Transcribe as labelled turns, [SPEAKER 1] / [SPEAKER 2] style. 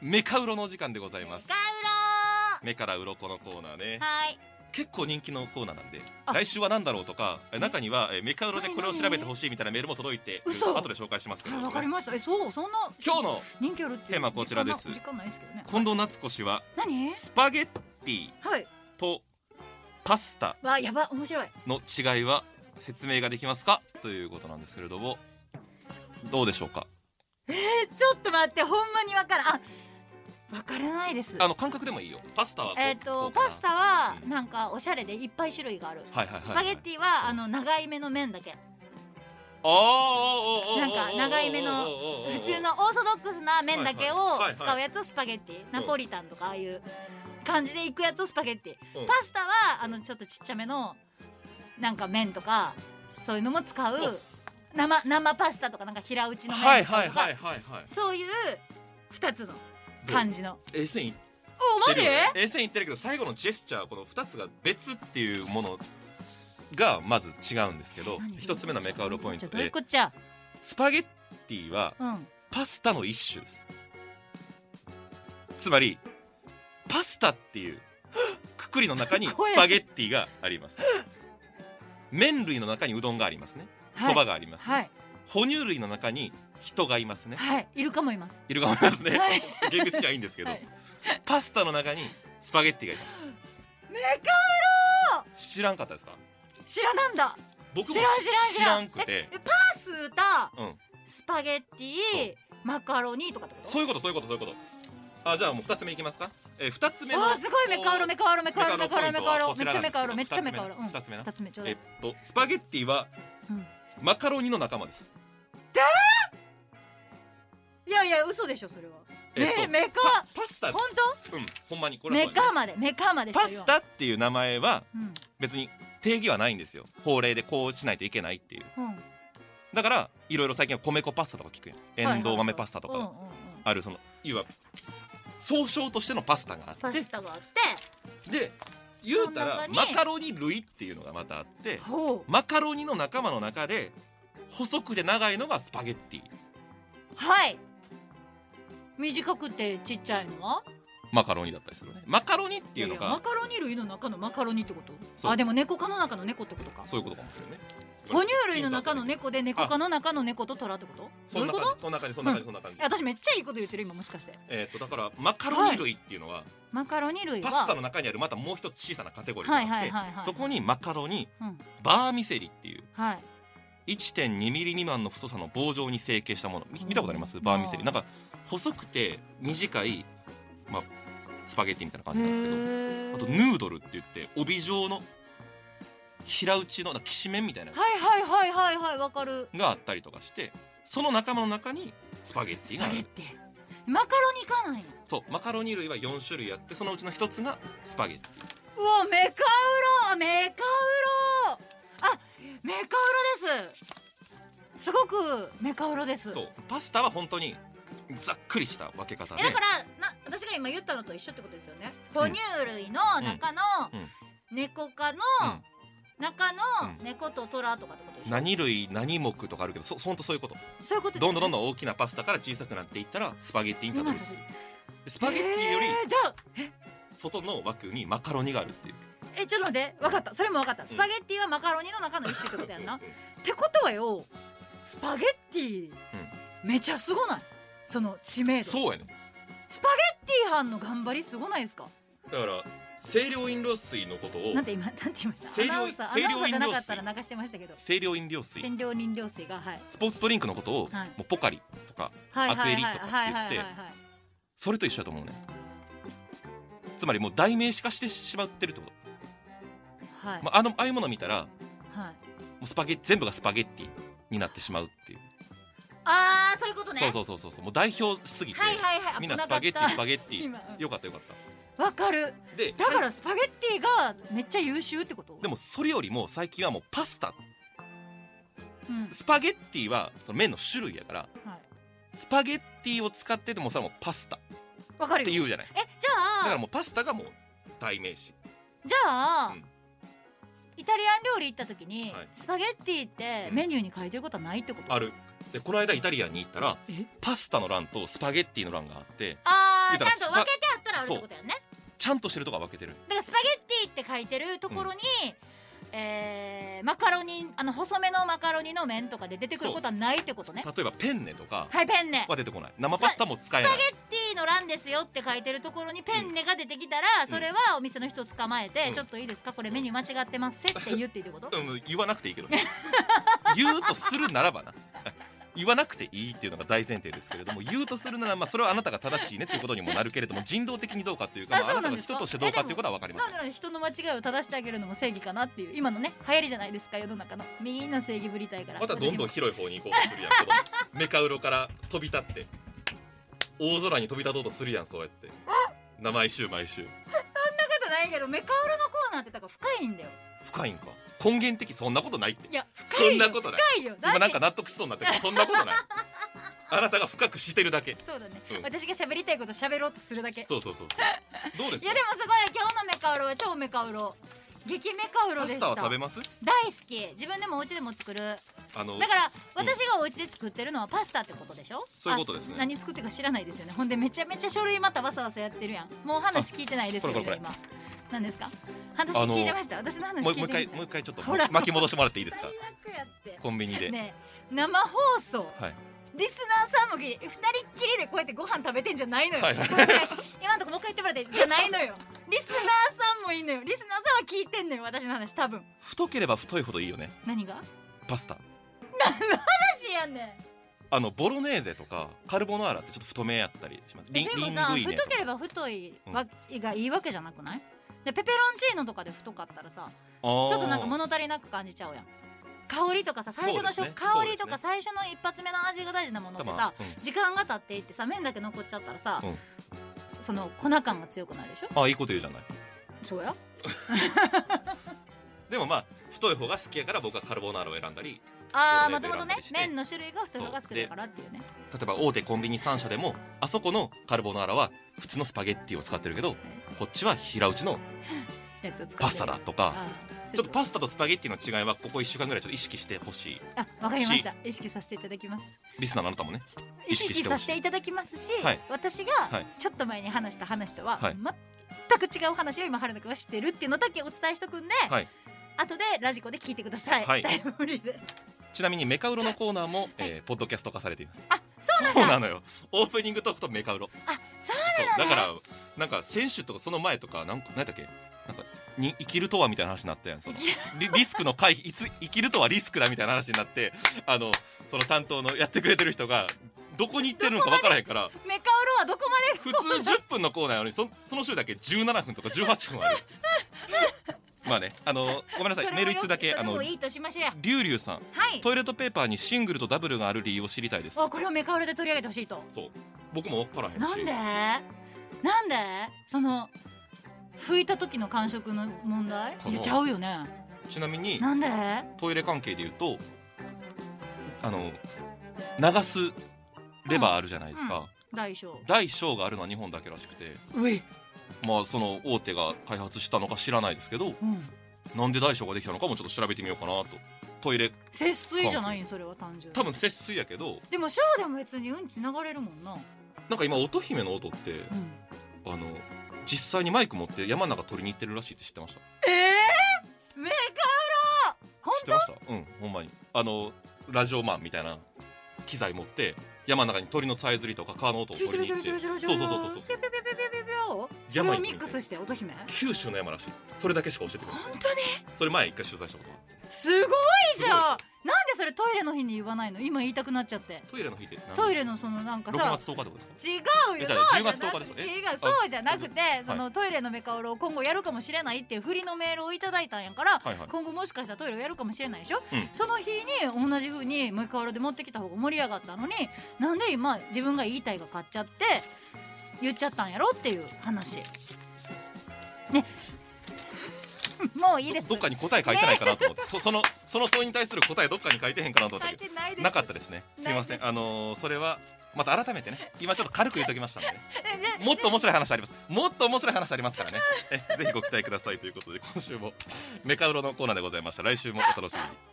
[SPEAKER 1] メカウロのお時間でございます
[SPEAKER 2] ガウロ
[SPEAKER 1] 目から鱗のコーナーね
[SPEAKER 2] ーはい
[SPEAKER 1] 結構人気のコーナーなんで
[SPEAKER 2] あ
[SPEAKER 1] 来週は何だろうとかえ中にはえメカウロで
[SPEAKER 2] 何
[SPEAKER 1] これを調べてほしいみたいなメールも届いて
[SPEAKER 2] 嘘
[SPEAKER 1] 後で紹介しますけれど
[SPEAKER 2] あわ
[SPEAKER 1] も
[SPEAKER 2] かり
[SPEAKER 1] ね
[SPEAKER 2] ましたえそうそんな
[SPEAKER 1] 今日の
[SPEAKER 2] 人気あるって
[SPEAKER 1] テーマはこちらです
[SPEAKER 2] 時間な時間ないですけどね
[SPEAKER 1] 近藤夏子氏は
[SPEAKER 2] 何
[SPEAKER 1] スパゲッティ
[SPEAKER 2] はい
[SPEAKER 1] とパスタ
[SPEAKER 2] わやば面白い
[SPEAKER 1] の違いは説明ができますかということなんですけれどもどうでしょうか
[SPEAKER 2] えちょっと待ってほんまにわからんあわからないです
[SPEAKER 1] あの感覚でもいいよパスタはこう
[SPEAKER 2] えっ、と
[SPEAKER 1] こうかな
[SPEAKER 2] パスタは
[SPEAKER 1] うん
[SPEAKER 2] なんかおしゃれでいっぱい種類がある、
[SPEAKER 1] はいはいはいはい、
[SPEAKER 2] スパゲッティはあの長い目の麺だけ
[SPEAKER 1] あー
[SPEAKER 2] なんか長い目の普通のオーソドックスな麺だけ
[SPEAKER 1] はい
[SPEAKER 2] を
[SPEAKER 1] はいはい
[SPEAKER 2] 使うやつをスパゲッティ、ナポリタンとかああいう感じでいくやつをスパゲッティ、
[SPEAKER 1] うん
[SPEAKER 2] パスタはあのちょっとちっちゃめのなんか麺とかそういうのも使う生生パスタとかなんか平打ちの
[SPEAKER 1] は
[SPEAKER 2] 麺
[SPEAKER 1] い
[SPEAKER 2] とか、
[SPEAKER 1] はいはいはいは
[SPEAKER 2] そういう2つの
[SPEAKER 1] い
[SPEAKER 2] 感じの
[SPEAKER 1] え線いっ
[SPEAKER 2] おマ
[SPEAKER 1] てる
[SPEAKER 2] ジ
[SPEAKER 1] よね A 線いってるけど最後のジェスチャーこの二つが別っていうものがまず違うんですけど
[SPEAKER 2] 何
[SPEAKER 1] 一つ目のメカウロポイント
[SPEAKER 2] ちょどういう
[SPEAKER 1] で
[SPEAKER 2] こっちゃ
[SPEAKER 1] スパゲッティは
[SPEAKER 2] うん
[SPEAKER 1] パスタの一種ですつまりパスタっていうくくりの中にス
[SPEAKER 2] 声
[SPEAKER 1] パゲッティがあります麺類の中にうどんがありますね
[SPEAKER 2] はい
[SPEAKER 1] そばがありますね、
[SPEAKER 2] はい
[SPEAKER 1] 哺乳類の中に人がいますね
[SPEAKER 2] はいイルカもいます
[SPEAKER 1] いるかもいますね、
[SPEAKER 2] はい
[SPEAKER 1] 厳密にはいいんですけど、
[SPEAKER 2] はい
[SPEAKER 1] パスタの中にスパゲッティがいます
[SPEAKER 2] メ
[SPEAKER 1] 知らんかったですか
[SPEAKER 2] カ知らなんだ
[SPEAKER 1] 僕も
[SPEAKER 2] 知らん知らん知らん
[SPEAKER 1] 知くて
[SPEAKER 2] えパスタ
[SPEAKER 1] うん
[SPEAKER 2] スパゲッティマカロニとかってこと
[SPEAKER 1] そういうことそういうことそういうことあじゃあもう二つ目いきますかえー、二つ目の
[SPEAKER 2] あーすごいメカウロメカウロメカウロメカウロメカウ
[SPEAKER 1] メカ
[SPEAKER 2] ロめっ
[SPEAKER 1] ウ
[SPEAKER 2] ち
[SPEAKER 1] ロ
[SPEAKER 2] ゃ
[SPEAKER 1] ポイ
[SPEAKER 2] メ
[SPEAKER 1] ント
[SPEAKER 2] カ
[SPEAKER 1] は
[SPEAKER 2] ウロめっちゃメカウロうん
[SPEAKER 1] 二つ目な
[SPEAKER 2] 二つ目ちょうだ
[SPEAKER 1] えっ
[SPEAKER 2] い
[SPEAKER 1] とスパゲッティは
[SPEAKER 2] うん
[SPEAKER 1] マカロニの仲間です
[SPEAKER 2] いやいや嘘でしょそれは
[SPEAKER 1] っと
[SPEAKER 2] ねメカ
[SPEAKER 1] パパスタうん
[SPEAKER 2] 本
[SPEAKER 1] ほんまにこ
[SPEAKER 2] 当
[SPEAKER 1] れは
[SPEAKER 2] メ
[SPEAKER 1] ほんまに
[SPEAKER 2] カまでメカまで
[SPEAKER 1] パスタっていう名前は
[SPEAKER 2] うん
[SPEAKER 1] 別に定義はないんですよ法令でこうしないといけないっていう
[SPEAKER 2] うん
[SPEAKER 1] だからいろいろ最近は米粉パスタとか聞くやん
[SPEAKER 2] はい
[SPEAKER 1] エンドウ豆パスタとか、
[SPEAKER 2] うんうんうん
[SPEAKER 1] あるそのいわば総称としてのパスタがあっ
[SPEAKER 2] パ
[SPEAKER 1] て
[SPEAKER 2] スタがあって
[SPEAKER 1] で言うたら
[SPEAKER 2] その中に
[SPEAKER 1] マカロニ類っていうのがまたあって
[SPEAKER 2] ほう
[SPEAKER 1] マカロニの仲間の中で細くて長いのがスパゲッティ
[SPEAKER 2] はい短くてちっちゃいのは
[SPEAKER 1] マカロニだったりするねマカロニっていうの
[SPEAKER 2] ややマ
[SPEAKER 1] が
[SPEAKER 2] カロニ類の中のマカロニってこ
[SPEAKER 1] そ
[SPEAKER 2] と
[SPEAKER 1] う
[SPEAKER 2] あでも猫科の中の猫ってことか
[SPEAKER 1] そういうことかもしれないね
[SPEAKER 2] 哺乳類の中の猫で猫科の中の猫と虎ってことど
[SPEAKER 1] そう
[SPEAKER 2] い
[SPEAKER 1] んな
[SPEAKER 2] うこと
[SPEAKER 1] 感じそんな感じそんな感じそんな感じ
[SPEAKER 2] いや私めっちゃいいこと言ってる今もしかして
[SPEAKER 1] えっとだからマカロニ類っていうのは
[SPEAKER 2] マカロニ類は
[SPEAKER 1] パスタの中にあるまたもう一つ小さなカテゴリーがあっ
[SPEAKER 2] はいはいはいは
[SPEAKER 1] てそ
[SPEAKER 2] い
[SPEAKER 1] こにマカロニ
[SPEAKER 2] うん
[SPEAKER 1] バーミセリっていう
[SPEAKER 2] はい
[SPEAKER 1] 1 2ミリ未満の太さの棒状に成形したものみ見たことあります
[SPEAKER 2] うん
[SPEAKER 1] バーミセ
[SPEAKER 2] う
[SPEAKER 1] リ
[SPEAKER 2] ん
[SPEAKER 1] なんか細くて短い、まあ、スパゲッティみたいな感じなんですけ
[SPEAKER 2] へー
[SPEAKER 1] どあとヌードルって言って帯状の平打ちのなんかきしめんみたいな
[SPEAKER 2] はいはいはいはいはいわかる
[SPEAKER 1] のがあったりとかしてその仲間の中にスパゲッテ
[SPEAKER 2] ス
[SPEAKER 1] ィが
[SPEAKER 2] パ
[SPEAKER 1] あ
[SPEAKER 2] ゲッ
[SPEAKER 1] る
[SPEAKER 2] ティマカロニかなんや
[SPEAKER 1] そうマカロニ類は4種類あってそのうちの1つがスパゲッティ
[SPEAKER 2] うわメカウロメカウロあメカウロですすごくメカウロです
[SPEAKER 1] そうパスタは本当にざっくりした分け方で
[SPEAKER 2] えだからな私が今言ったのと一緒ってことですよね哺乳類の中の
[SPEAKER 1] うんうん
[SPEAKER 2] 猫科の
[SPEAKER 1] うん
[SPEAKER 2] 中の
[SPEAKER 1] うん
[SPEAKER 2] 猫と虎とかってことでしょ、
[SPEAKER 1] 何類何目とかあるけどそ本当そういうこと
[SPEAKER 2] そういうことです
[SPEAKER 1] ど
[SPEAKER 2] よ
[SPEAKER 1] ん
[SPEAKER 2] ね
[SPEAKER 1] どんどんどん大きなパスタから小さくなっていったらスパゲッティにたどり着く
[SPEAKER 2] 今
[SPEAKER 1] スパゲッティより
[SPEAKER 2] えーじゃあ
[SPEAKER 1] 外の枠にマカロニがあるっていう
[SPEAKER 2] えちょっと待って分かったそれも分かったスパゲッティはマカロニの中の一種ってことやんな、
[SPEAKER 1] う
[SPEAKER 2] っ
[SPEAKER 1] ん
[SPEAKER 2] てことはよスパゲッティ、めちゃすごないその知名度スパゲ
[SPEAKER 1] そうやね
[SPEAKER 2] ッティ班の頑張りすごないですか
[SPEAKER 1] だから清涼飲料水のことを
[SPEAKER 2] なんて今なんて言いました
[SPEAKER 1] 清涼
[SPEAKER 2] アナウンサーア
[SPEAKER 1] 清涼
[SPEAKER 2] ナウンサーじゃな
[SPEAKER 1] 飲
[SPEAKER 2] か
[SPEAKER 1] 料
[SPEAKER 2] った
[SPEAKER 1] 水
[SPEAKER 2] ら流してましたけど
[SPEAKER 1] 清涼飲料水
[SPEAKER 2] 占領飲料水がはい
[SPEAKER 1] スポーツドリンクのことを、
[SPEAKER 2] はい
[SPEAKER 1] もうポカリとか
[SPEAKER 2] はいはいはい
[SPEAKER 1] アクエリとかって言ってそれと一緒だと思うねつまりもう代名詞化してしまってるってこと、
[SPEAKER 2] はい
[SPEAKER 1] まあ、あのああいうもの見たらも
[SPEAKER 2] はい、
[SPEAKER 1] うスパゲ全部がスパゲッティになってしまうっていう、
[SPEAKER 2] ああそういうことね
[SPEAKER 1] そうそうそうそうそうもう代表しすぎて、
[SPEAKER 2] はいはいはい
[SPEAKER 1] みんなスパゲッティスパ
[SPEAKER 2] ゲ
[SPEAKER 1] ゲッティ
[SPEAKER 2] 今うん
[SPEAKER 1] よかったよかった
[SPEAKER 2] わかる
[SPEAKER 1] で
[SPEAKER 2] だからスパゲッティがめっちゃ優秀ってこと
[SPEAKER 1] でもそれよりも最近はもうパスタ
[SPEAKER 2] うん
[SPEAKER 1] スパゲッティはその麺の種類やから
[SPEAKER 2] はい
[SPEAKER 1] スパゲッティを使っててもさもうパスタっ
[SPEAKER 2] わかる
[SPEAKER 1] て言
[SPEAKER 2] よ
[SPEAKER 1] うじゃない
[SPEAKER 2] えじ
[SPEAKER 1] だか
[SPEAKER 2] ゃ
[SPEAKER 1] ら
[SPEAKER 2] あ
[SPEAKER 1] もうパスタがもう代名詞
[SPEAKER 2] じゃあ、
[SPEAKER 1] うん
[SPEAKER 2] イタリアン料理行った時に、
[SPEAKER 1] はい
[SPEAKER 2] スパゲッティって
[SPEAKER 1] うん
[SPEAKER 2] メニューに書いてることはないってこと、
[SPEAKER 1] あるでこの間イタリアンに行ったら
[SPEAKER 2] え
[SPEAKER 1] パスタの欄とスパゲッティの欄があって
[SPEAKER 2] ああ
[SPEAKER 1] 言
[SPEAKER 2] ー
[SPEAKER 1] っ
[SPEAKER 2] ち
[SPEAKER 1] た
[SPEAKER 2] ゃ
[SPEAKER 1] ら
[SPEAKER 2] んと分けてあったらあるってことやね
[SPEAKER 1] ちゃんとしてるとこは分けてる
[SPEAKER 2] だからスパゲッティって書いてるところに、えーマカロニあの細めのマカロニの麺とかで出てくることはないってことね
[SPEAKER 1] 例えばペンネとか
[SPEAKER 2] はいペンネ
[SPEAKER 1] は出てこない生パスタも使えない
[SPEAKER 2] スパゲッティの欄ですよって書いてるところにペンネが出てきたら、
[SPEAKER 1] ん
[SPEAKER 2] それはお店の人捕まえて、
[SPEAKER 1] うん
[SPEAKER 2] ちょっといいですかこれメニュー間違ってますせって言うっていいってこと
[SPEAKER 1] うん言わなくていいけどね 言うとするならばな言わなくていいっていうのが大前提ですけれども言うとするならまあそれはあなたが正しいねっていうことにもなるけれども人道的にどうかっていうか、
[SPEAKER 2] あ
[SPEAKER 1] まあ、
[SPEAKER 2] そ
[SPEAKER 1] あな
[SPEAKER 2] う
[SPEAKER 1] た
[SPEAKER 2] なん
[SPEAKER 1] が
[SPEAKER 2] ですか
[SPEAKER 1] 人としてどうかっていうことは分かりま
[SPEAKER 2] な
[SPEAKER 1] せ
[SPEAKER 2] ん
[SPEAKER 1] ん
[SPEAKER 2] でなんで人の間違いを正してあげるのも正義かなっていう今のね流行りじゃないですか世の中のみんな正義ぶりたいから
[SPEAKER 1] またどんどん
[SPEAKER 2] 私も
[SPEAKER 1] 広い方に行こうとするやんこのメカウロから飛び立って大空に飛び立とうとするやんそうやってな毎週毎週
[SPEAKER 2] そんなことないけどメカウロのコーナーってだから深いんだよ
[SPEAKER 1] 深いんか根源的そんなことないって
[SPEAKER 2] いや深いよ
[SPEAKER 1] そんなことない
[SPEAKER 2] 深いよだ
[SPEAKER 1] 今
[SPEAKER 2] って
[SPEAKER 1] なんか納得しそうになってるけどそんなことないあなたが深くしてるだけ
[SPEAKER 2] そうだね、
[SPEAKER 1] うん
[SPEAKER 2] 私が喋りたいこと喋ろうとするだけ
[SPEAKER 1] そうそうそうそうどうですか
[SPEAKER 2] いやでもすごい今日のメカウロは超メカウロ激メカウロ
[SPEAKER 1] パ
[SPEAKER 2] で
[SPEAKER 1] ス
[SPEAKER 2] し
[SPEAKER 1] タ
[SPEAKER 2] た
[SPEAKER 1] は食べ
[SPEAKER 2] 大好
[SPEAKER 1] ます
[SPEAKER 2] き自分でもお家でも作る
[SPEAKER 1] あの
[SPEAKER 2] だから
[SPEAKER 1] うん
[SPEAKER 2] 私がお家で作ってるのはパスタってことでしょ
[SPEAKER 1] そういうことですね
[SPEAKER 2] あ何作ってるか知らないですよねほんでめちゃめちゃ書類またわさわさやってるやんもう話聞いてないですよ
[SPEAKER 1] あこれこれ
[SPEAKER 2] 今何ですか話
[SPEAKER 1] あの
[SPEAKER 2] 聞いてました私の話
[SPEAKER 1] もう
[SPEAKER 2] 聞
[SPEAKER 1] もう
[SPEAKER 2] い
[SPEAKER 1] 一回
[SPEAKER 2] てました
[SPEAKER 1] もう一回ちょっと
[SPEAKER 2] ほら
[SPEAKER 1] 巻き戻してもらっていいです
[SPEAKER 2] 最
[SPEAKER 1] か
[SPEAKER 2] 悪やって
[SPEAKER 1] コンビニで、
[SPEAKER 2] ねえ生放送
[SPEAKER 1] はい
[SPEAKER 2] リスナーさんもき二人っきりでこうやってご飯食べてんじゃないのよ、
[SPEAKER 1] はい
[SPEAKER 2] これね今のとこもう一回言ってもらってじゃないのよリスナーさんもいいのよリスナーさんは聞いてんのよ私の話多分
[SPEAKER 1] 太ければ太いほどいいよね
[SPEAKER 2] 何が
[SPEAKER 1] パスタ
[SPEAKER 2] 話やねん
[SPEAKER 1] あのボロネーゼとかカルボナーラってちょっと太めやったりしますリン
[SPEAKER 2] で
[SPEAKER 1] リ
[SPEAKER 2] も
[SPEAKER 1] ン
[SPEAKER 2] さ
[SPEAKER 1] グイネとか
[SPEAKER 2] 太ければ太いわ、がいいわけじゃなくないでペペロンチーノとかで太かったらさ
[SPEAKER 1] あー
[SPEAKER 2] ちょっとなんか物足りなく感じちゃうやん香りとかさ最初のしょ、
[SPEAKER 1] そうですね
[SPEAKER 2] 香りと
[SPEAKER 1] そう
[SPEAKER 2] か
[SPEAKER 1] です
[SPEAKER 2] 最初の一発目の味が大事なもの
[SPEAKER 1] 多
[SPEAKER 2] って
[SPEAKER 1] 分
[SPEAKER 2] さ、
[SPEAKER 1] うん
[SPEAKER 2] 時間が経っていってさ麺だけ残っちゃったらさ、
[SPEAKER 1] うん
[SPEAKER 2] その粉感が強くなるでしょ
[SPEAKER 1] あいいこと言うじゃない
[SPEAKER 2] そうや
[SPEAKER 1] でもまあ太い方が好きやから僕はカルボナーラを選んだり
[SPEAKER 2] ああ
[SPEAKER 1] ボ
[SPEAKER 2] も
[SPEAKER 1] ロネーゼ
[SPEAKER 2] とも
[SPEAKER 1] 選んだ
[SPEAKER 2] とね
[SPEAKER 1] りして
[SPEAKER 2] 麺の種類が太い方が少ないからっていうね
[SPEAKER 1] 例えば大手コンビニ3社でもあそこのカルボナーラは普通のスパゲッティを使ってるけどこっちは平打ちの
[SPEAKER 2] やつを使って
[SPEAKER 1] パスタだとか
[SPEAKER 2] あー
[SPEAKER 1] ちょっとパスタとスパゲッティの違いはここ1週間ぐらいちょっと意識してほしい
[SPEAKER 2] あわかりました意識させていただきます
[SPEAKER 1] リスナーのあなたもね
[SPEAKER 2] 意
[SPEAKER 1] 意識
[SPEAKER 2] 識
[SPEAKER 1] して
[SPEAKER 2] さ
[SPEAKER 1] ほし
[SPEAKER 2] せ
[SPEAKER 1] い
[SPEAKER 2] ていただきますし、
[SPEAKER 1] はい
[SPEAKER 2] 私が
[SPEAKER 1] はい
[SPEAKER 2] ちょっと前に話した話とは
[SPEAKER 1] はい
[SPEAKER 2] 全く違う話を今春菜くんは知ってるっていうのだけお伝えしとくんで、
[SPEAKER 1] はい
[SPEAKER 2] 後でラジコで聞いてください、
[SPEAKER 1] はい
[SPEAKER 2] タイムフリーで
[SPEAKER 1] ちなみにメカウロのコーナーも、えーポッドキャスト化されています
[SPEAKER 2] あそうなんだ
[SPEAKER 1] そうなのよオープニングトークとメカウロ
[SPEAKER 2] あそう
[SPEAKER 1] そう
[SPEAKER 2] な
[SPEAKER 1] だ
[SPEAKER 2] ん
[SPEAKER 1] か
[SPEAKER 2] だ
[SPEAKER 1] らなんか選手とかその前とかなんか何だっけなんかに生きるとはみたいな話になったやんそのリリスクの回避いつ生きるとはリスクだみたいな話になってあのその担当のやってくれてる人がどこに行ってるのか分からへんから
[SPEAKER 2] メカウロはどこまで
[SPEAKER 1] 普通10分のコーナーなのにそその週だけ17分とか18分あるまあねあのごめんなさい
[SPEAKER 2] それ
[SPEAKER 1] メール
[SPEAKER 2] も
[SPEAKER 1] 一
[SPEAKER 2] よ
[SPEAKER 1] つだけ
[SPEAKER 2] そ
[SPEAKER 1] あ
[SPEAKER 2] れ
[SPEAKER 1] の
[SPEAKER 2] も
[SPEAKER 1] り
[SPEAKER 2] いいとしましょうや
[SPEAKER 1] ゅうりゅうさん
[SPEAKER 2] はい
[SPEAKER 1] トイレットペーパーにシングルとダブルがある理由を知りたいです
[SPEAKER 2] おこれをメカウロで取り上げてほしいと
[SPEAKER 1] そう僕も分からへんし
[SPEAKER 2] なんでなんでその拭いた時の感触の問題
[SPEAKER 1] この
[SPEAKER 2] いやちゃうよね
[SPEAKER 1] ちなみに
[SPEAKER 2] なんで
[SPEAKER 1] トイレ関係で言うとあの流すレバーあるじゃないですか、
[SPEAKER 2] 大小
[SPEAKER 1] 大小があるのは日本だけらしくて
[SPEAKER 2] うい
[SPEAKER 1] まあその大手が開発したのか知らないですけど
[SPEAKER 2] うん
[SPEAKER 1] なんで大小ができたのかもちょっと調べてみようかなとトイレ
[SPEAKER 2] 節水じゃないんそれは単純に
[SPEAKER 1] 多分節水やけど
[SPEAKER 2] でもシャワーでも別にうんち流れるもんな、
[SPEAKER 1] なんか今乙姫の音って
[SPEAKER 2] うん、
[SPEAKER 1] あの実際にマイク持って山の中取りに行ってるらしいって知ってました
[SPEAKER 2] ええメカウロほん
[SPEAKER 1] 知ってましたうんほんまにあのラジオマンみたいな機材持って山の中に鳥のさえずりとか川の音を
[SPEAKER 2] チュ
[SPEAKER 1] 取
[SPEAKER 2] ルチ
[SPEAKER 1] り
[SPEAKER 2] ュル
[SPEAKER 1] に
[SPEAKER 2] チュ
[SPEAKER 1] 行っ
[SPEAKER 2] ルチュ
[SPEAKER 1] て
[SPEAKER 2] ルチュ
[SPEAKER 1] そうそうそうそうそ
[SPEAKER 2] ルチュル
[SPEAKER 1] う
[SPEAKER 2] ピュピュピュピュピュピュ
[SPEAKER 1] ジャ
[SPEAKER 2] それ
[SPEAKER 1] マイ
[SPEAKER 2] を
[SPEAKER 1] カ
[SPEAKER 2] ミックスして乙姫
[SPEAKER 1] 九州の山らしいそれだけしか教えてくれない
[SPEAKER 2] 本当に
[SPEAKER 1] それ前一回取材したことがあって
[SPEAKER 2] すごいじゃんなんでそれトイレの日に言わないの今言いたくなっちゃって
[SPEAKER 1] トイレの日で
[SPEAKER 2] トイ
[SPEAKER 1] レ
[SPEAKER 2] レのそのなんか
[SPEAKER 1] 6
[SPEAKER 2] さ
[SPEAKER 1] 月10日ってことですか
[SPEAKER 2] 違うよ
[SPEAKER 1] えじゃあ10月10日ですえ
[SPEAKER 2] 違う
[SPEAKER 1] あ
[SPEAKER 2] そうじゃなくて
[SPEAKER 1] い
[SPEAKER 2] そのトイレのメカウロを今後やるかもしれないっていう振りのメールをいただいたんやから、
[SPEAKER 1] はいはい
[SPEAKER 2] 今後もしかしたらトイレをやるかもしれないでしょ、
[SPEAKER 1] うん
[SPEAKER 2] その日に同じ風にメカウロで持ってきた方が盛り上がったのになんで今自分が言いたいが買っちゃって言っちゃったんやろっていう話ねもういいです
[SPEAKER 1] どどっかに答え書いてないかなと思って、そそのその問いに対する答えどっかに書いてへんかなと思った
[SPEAKER 2] 書い
[SPEAKER 1] け
[SPEAKER 2] てないで
[SPEAKER 1] ど
[SPEAKER 2] す
[SPEAKER 1] なかったですねすいませ
[SPEAKER 2] ないで
[SPEAKER 1] んあのーそれはまた改めてね今ちょっと軽く言っときましたので、
[SPEAKER 2] えじゃあ
[SPEAKER 1] もっと面白い話ありますもっと面白い話ありますからねえぜひご期待くださいということで今週もメカウロのコーナーでございました来週もお楽しみに